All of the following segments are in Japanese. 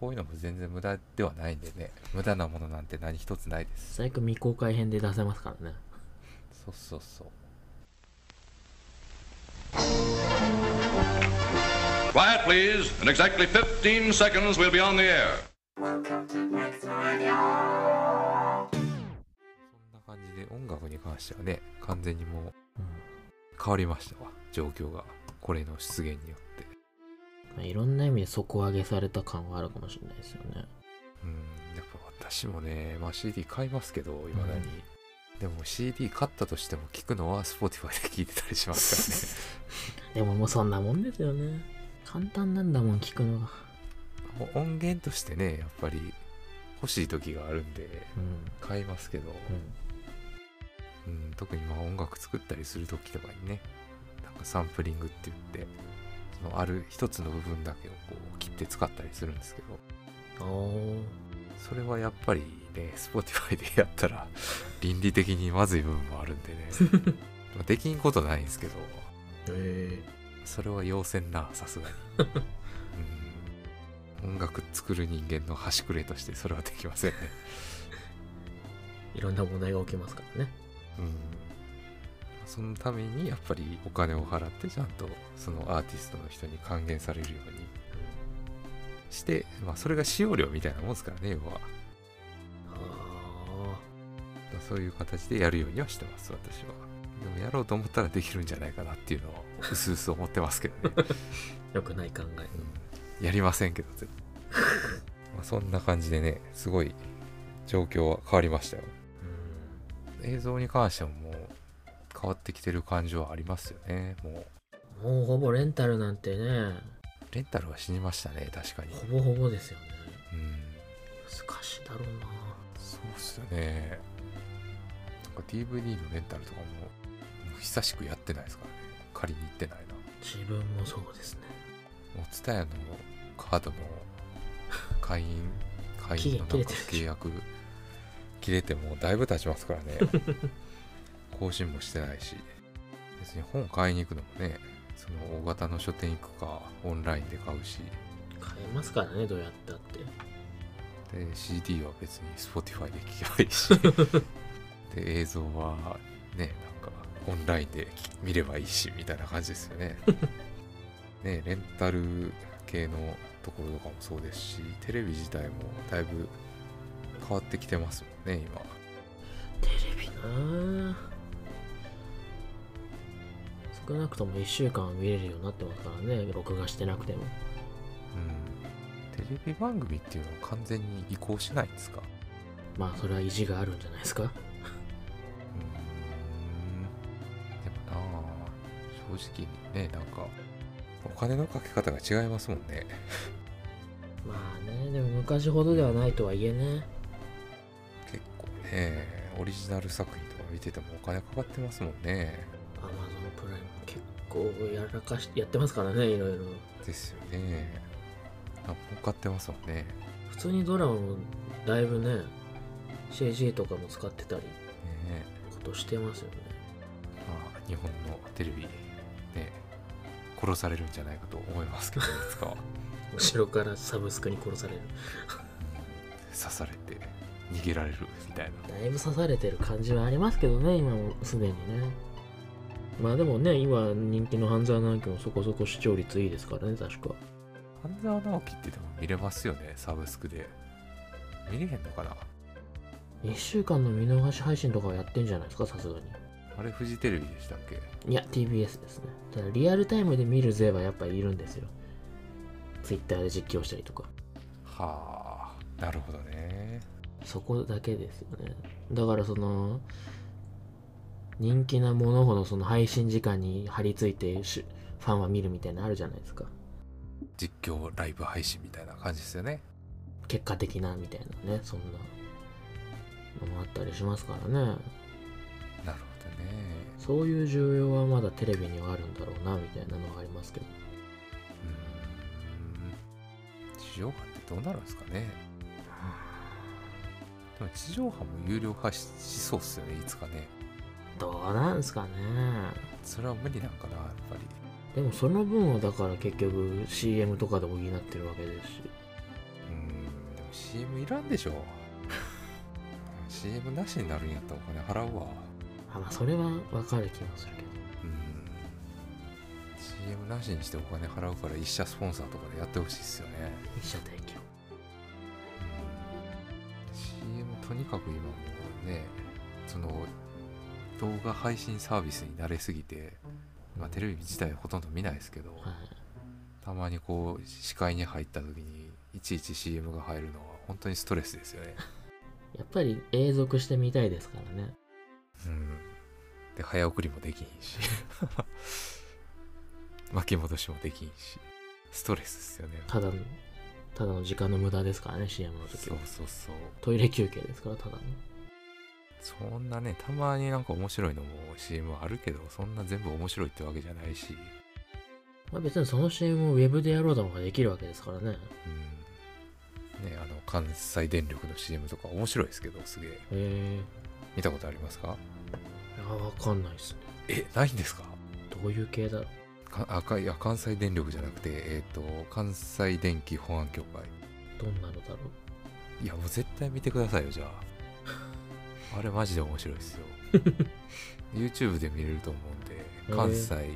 こういうのも全然無駄ではないんでね無駄なものなんて何一つないです最悪未公開編で出せますからねそうそうそうそんな感じで音楽に関してはね完全にもううん変わりましたわ状況がこれの出現によってまあ、いろんな意味で底上げされた感はあるかもしれないですよねうんやっぱ私もね、まあ、CD 買いますけどいまだに、うんでも CD 買ったとしても聞くのは Spotify で聞いてたりします でももうそんなもんですよね簡単なんだもん聞くの がからねもう音源としてねやっぱり欲しい時があるんでうん買いますけど、うん、特にまあ音楽作ったりする時とかにねなんかサンプリングって言ってそのある一つの部分だけをこう切って使ったりするんですけどうんおーそれはやっぱりね Spotify でやったら倫理的にまずい部分もあるんでねまあできんことないんですけどえそれは要せんなさすがに、うん、音楽作る人間の端くれとしてそれはできませんね、いろんな問題が起きますからねうん、そのためにやっぱりお金を払ってちゃんとそのアーティストの人に還元されるようにして、まあ、それが使用料みたいなもんですからね要はあそういう形でやるようにはしてます私はでもやろうと思ったらできるんじゃないかなっていうのをうすうす思ってますけどね、あよくない考えうんやりませんけど絶対まあそんな感じでねすごい状況は変わりましたよ映像に関してももう変わってきてる感じはありますよねもうもうほぼレンタルなんてねレンタルは死にましたね確かにほぼほぼですよねうん難しいだろうなそうっすよねなんか DVD のレンタルとかももう久しくやってないですからね借りに行ってないな自分もそうですねもう TSUTAYA のカードも 会員会員のなん期か限切れてるで契しょ約切れてもうだいぶ経ちますから ね更新もしてないし別に本買いに行くのもねその大型の書店行くかオンラインで買うし買えますからねどうやったってで CD は別に Spotify で聴けばいいしで映像はねなんかオンラインでき見ればいいしみたいな感じですよねねレンタル系のところとかもそうですしテレビ自体もだいぶ変わってきてますもんね今テレビなあ少なくとも1週間は見れるようになってますからね録画してなくてもうんテレビ番組っていうのは完全に移行しないんですかまあそれは意地があるんじゃないですかうーんでもなあ正直ねなんかお金のかけ方が違いますもんねまあねでも昔ほどではないとはいえね結構ねオリジナル作品とか見ててもお金かかってますもんね Amazon プライム結構やらかしやってますからねいろいろですよねあ儲かってますもんね普通にドラマもだいぶね CG とかも使ってたりねことしてますよねまあ日本のテレビね殺されるんじゃないかと思いますけどいつかは後ろからサブスクに殺される刺されて逃げられるみたいなだいぶ刺されてる感じはありますけどね今もすでにねまあでもね今人気の半沢直樹もそこそこ視聴率いいですからね確か半沢直樹ってでも見れますよねサブスクで見れへんのかな1週間の見逃し配信とかはやってんじゃないですかさすがにあれフジテレビでしたっけいや TBS ですねただリアルタイムで見る勢はやっぱりいるんですよ Twitter で実況したりとかはあなるほどねそこだけですよねだからその人気なものほどその配信時間に張り付いてしファンは見るみたいなのあるじゃないですか実況ライブ配信みたいな感じですよね結果的なみたいなねそんなのもあったりしますからねなるほどねそういう需要はまだテレビにはあるんだろうなみたいなのはありますけどうーん地上波ってどうなるんですかねでも地上波も有料化ししそうっすよねいつかねどうなんすかねそれは無理なんかなやっぱりでもその分をだから結局 CM とかで補ってるわけですしうーん CM いらんで しょ CM なしになるんやったらお金払うわあまあそれはわかる気がするけどうん CM なしにしてお金払うから一社スポンサーとかでやってほしいっすよね一社提供 CM とにかく今もうねその動画配信サービスに慣れすぎて、まあ、テレビ自体ほとんど見ないですけど、はいたまにこう視界に入った時にいちいち CM が入るのは本当にストレスですよ ね。やっぱり永続してみたいですからねうん、で早送りもできひんし 巻き戻しもできひんしストレスですよね。ただのただの時間の無駄ですからね CM の時そうはそうそうトイレ休憩ですからただのそんなねたまになんか面白いのも CM はあるけどそんな全部面白いってわけじゃないし、まあ別にその CM をウェブでやろうともできるわけですからねうん、ねあの関西電力の CM とか面白いですけどすげえへえ見たことありますかあわかんないっすねえないんですかどういう系だろうか赤いあ関西電力じゃなくて、えー、と関西電気保安協会どんなのだろういやもう絶対見てくださいよじゃああれマジで面白い ですよ YouTube で見れると思うんでへー関西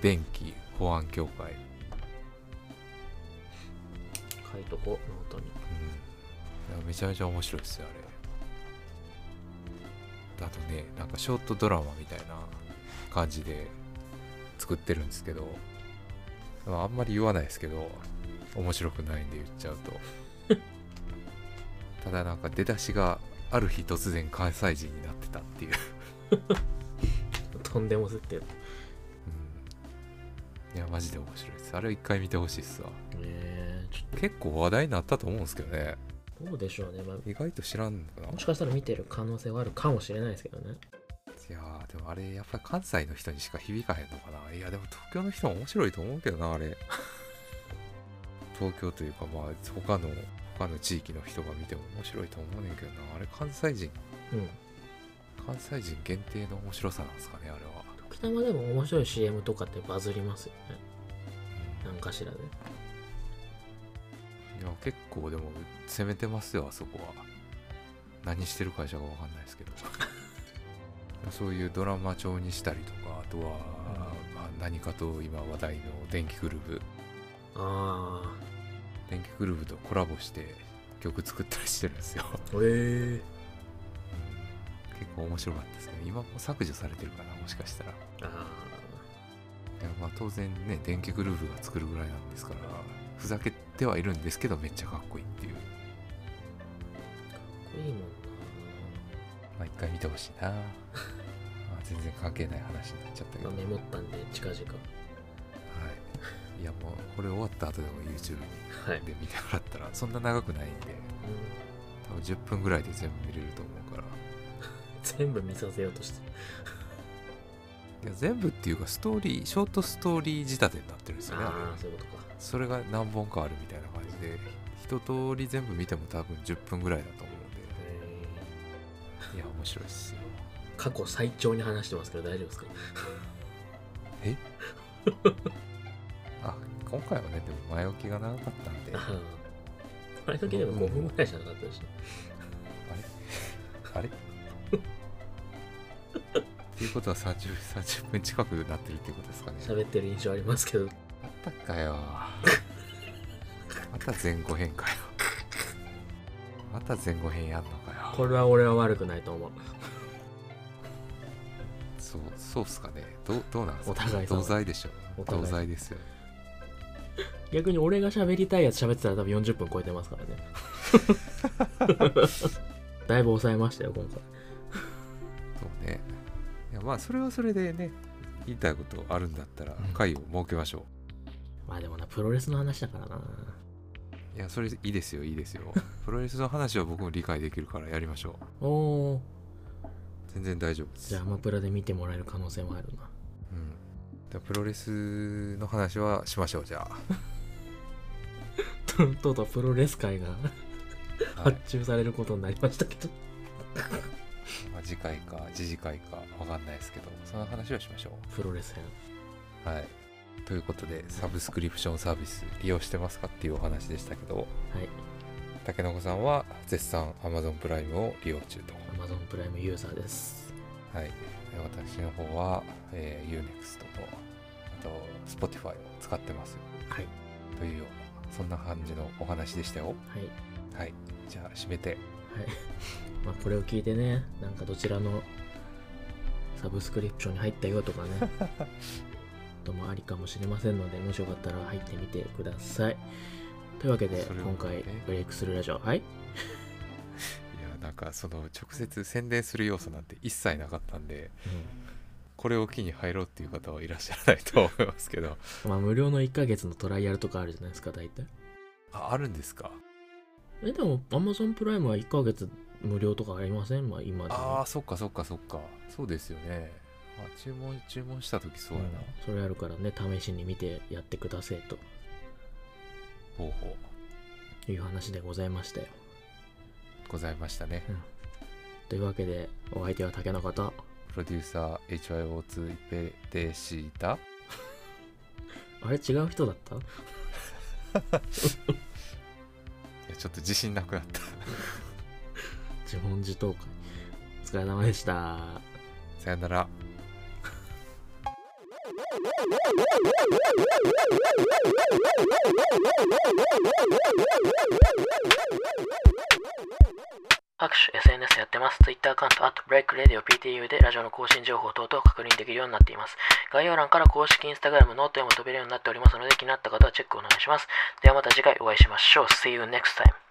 電気保安協会、書いとこノートうに んいやめちゃめちゃ面白いですよあれあとねなんかショートドラマみたいな感じで作ってるんですけどまああんまり言わないですけど面白くないんで言っちゃうと ただなんか出だしがある日突然関西人になってたっていう、とんでもすってへうん、いやマジで面白いですあれを一回見てほしいっすわえちょ結構話題になったと思うんですけどねっとどうでしょうね、まあ、意外と知らんのかなもしかしたら見てる可能性はあるかもしれないですけどいねやーでもあれやっぱり関西の人にしか響かへんのかないやでも東京の人も面白いと思うけどなあれ東京というかまあ他の他の地域の人が見ても面白いと思うねんけどなあれ関西人うん関西人限定の面白さなんですかねあれは時たまでも面白い CM とかってバズりますよねうん何かしらでいや結構でも攻めてますよあそこは何してる会社かわかんないですけどそういうドラマ調にしたりとかあとは、まあ、何かと今話題の電気グループあ電気グルーヴとコラボして曲作ったりしてるんですよあへえ結構面白かったですね今も削除されてるかなもしかしたらいあやまあ当然ね電気グルーヴが作るぐらいなんですからふざけてはいるんですけどめっちゃかっこいいっていうあかっこいいもんなまあ一回見てほしいなまあ全然関係ない話になっちゃったけどまあメモったんで近々はいいやもうこれ終わった後でも YouTube はい、うんで見てもらったらそんな長くないんで多分10分ぐらいで全部見れると思うから全部見させようとしてるいや全部っていうかストーリーショートストーリー仕立てになってるんですよねあれああそういうことかそれが何本かあるみたいな感じで一通り全部見ても多分10分ぐらいだと思うんへーでいや面白いっすよ過去最長に話してますけど大丈夫ですかあ今回はねでも前置きが長かったんでああ前時でも5分ぐらいじゃなかったでしあれっていうことは 30, 30分近くなってるっていうことですかねょ喋ってる印象ありますけどあったかよまた前後編かよまた前後編やんのかよこれは俺は悪くないと思うそうそうっすかねどうどうなんすかお互い様同罪でしょお互い同様罪ですよね逆に俺が喋りたいやつ喋ってたら多分40分超えてますからね だいぶ抑えましたよ今回そうね。いやまあそれはそれでね、言いたいことあるんだったらうん会を設けましょまあでもなプロレスの話だからなう。いやそれいいですよいいです よ。プロレスの話は僕も理解できるからやりましょう。おお全然大丈夫です。じゃあアマプラで見てもらえる可能性もあるな うん。じゃあプロレスの話はしましょうじゃととうとうプロレス界があ。はい発。注されることになりましたけどまあ、次回か次々回かわかんないですけど、その話はしましょプロレス編う。はい。ということでサブスクリプションサービス利用してますかっていうお話でしたけどはい竹の子さんは絶賛 Amazon プライムを利用中と Amazon プライムユーザーです。はい、え私の方は、えー、UNEXT とあと Spotify を使ってますはい。というようなそんな感じのお話でしたよはい。ははい。いじゃあ締めてまあ、これを聞いてね、なんかどちらのサブスクリプションに入ったよ とかね、こともありかもしれませんので、もしよかったら入ってみてください。というわけで、それをね今回、ブレイクスルーラジオ、はい。いやなんかその直接宣伝する要素なんて一切なかったんでこれを機に入ろうっていう方はいらっしゃらないとは思いますけどまあ、無料の1ヶ月のトライアルとかあるじゃないですか、大体。 ああるんですかえ、でも、Amazon プライムは1ヶ月無料とかありませんまあ、今でも。ああそっかそっかそっかそうですよねあ注文注文した時そうやな、それあるからね試しに見てやってください方法という話でございましたよございましたねというわけでお相手は竹中とプロデューサー HYO2 一平でしたあれ違う人だったいやちょっと自信なくなった。自問自答会お疲れ様でしたさよなら。各種 SNS やってます Twitter アカウント at breakradioptu でラジオの更新情報等々を確認できるようになっています概要欄から公式 Instagram ノートへも飛べるようになっておりますので気になった方はチェックお願いしますではまた次回お会いしましょう See you next time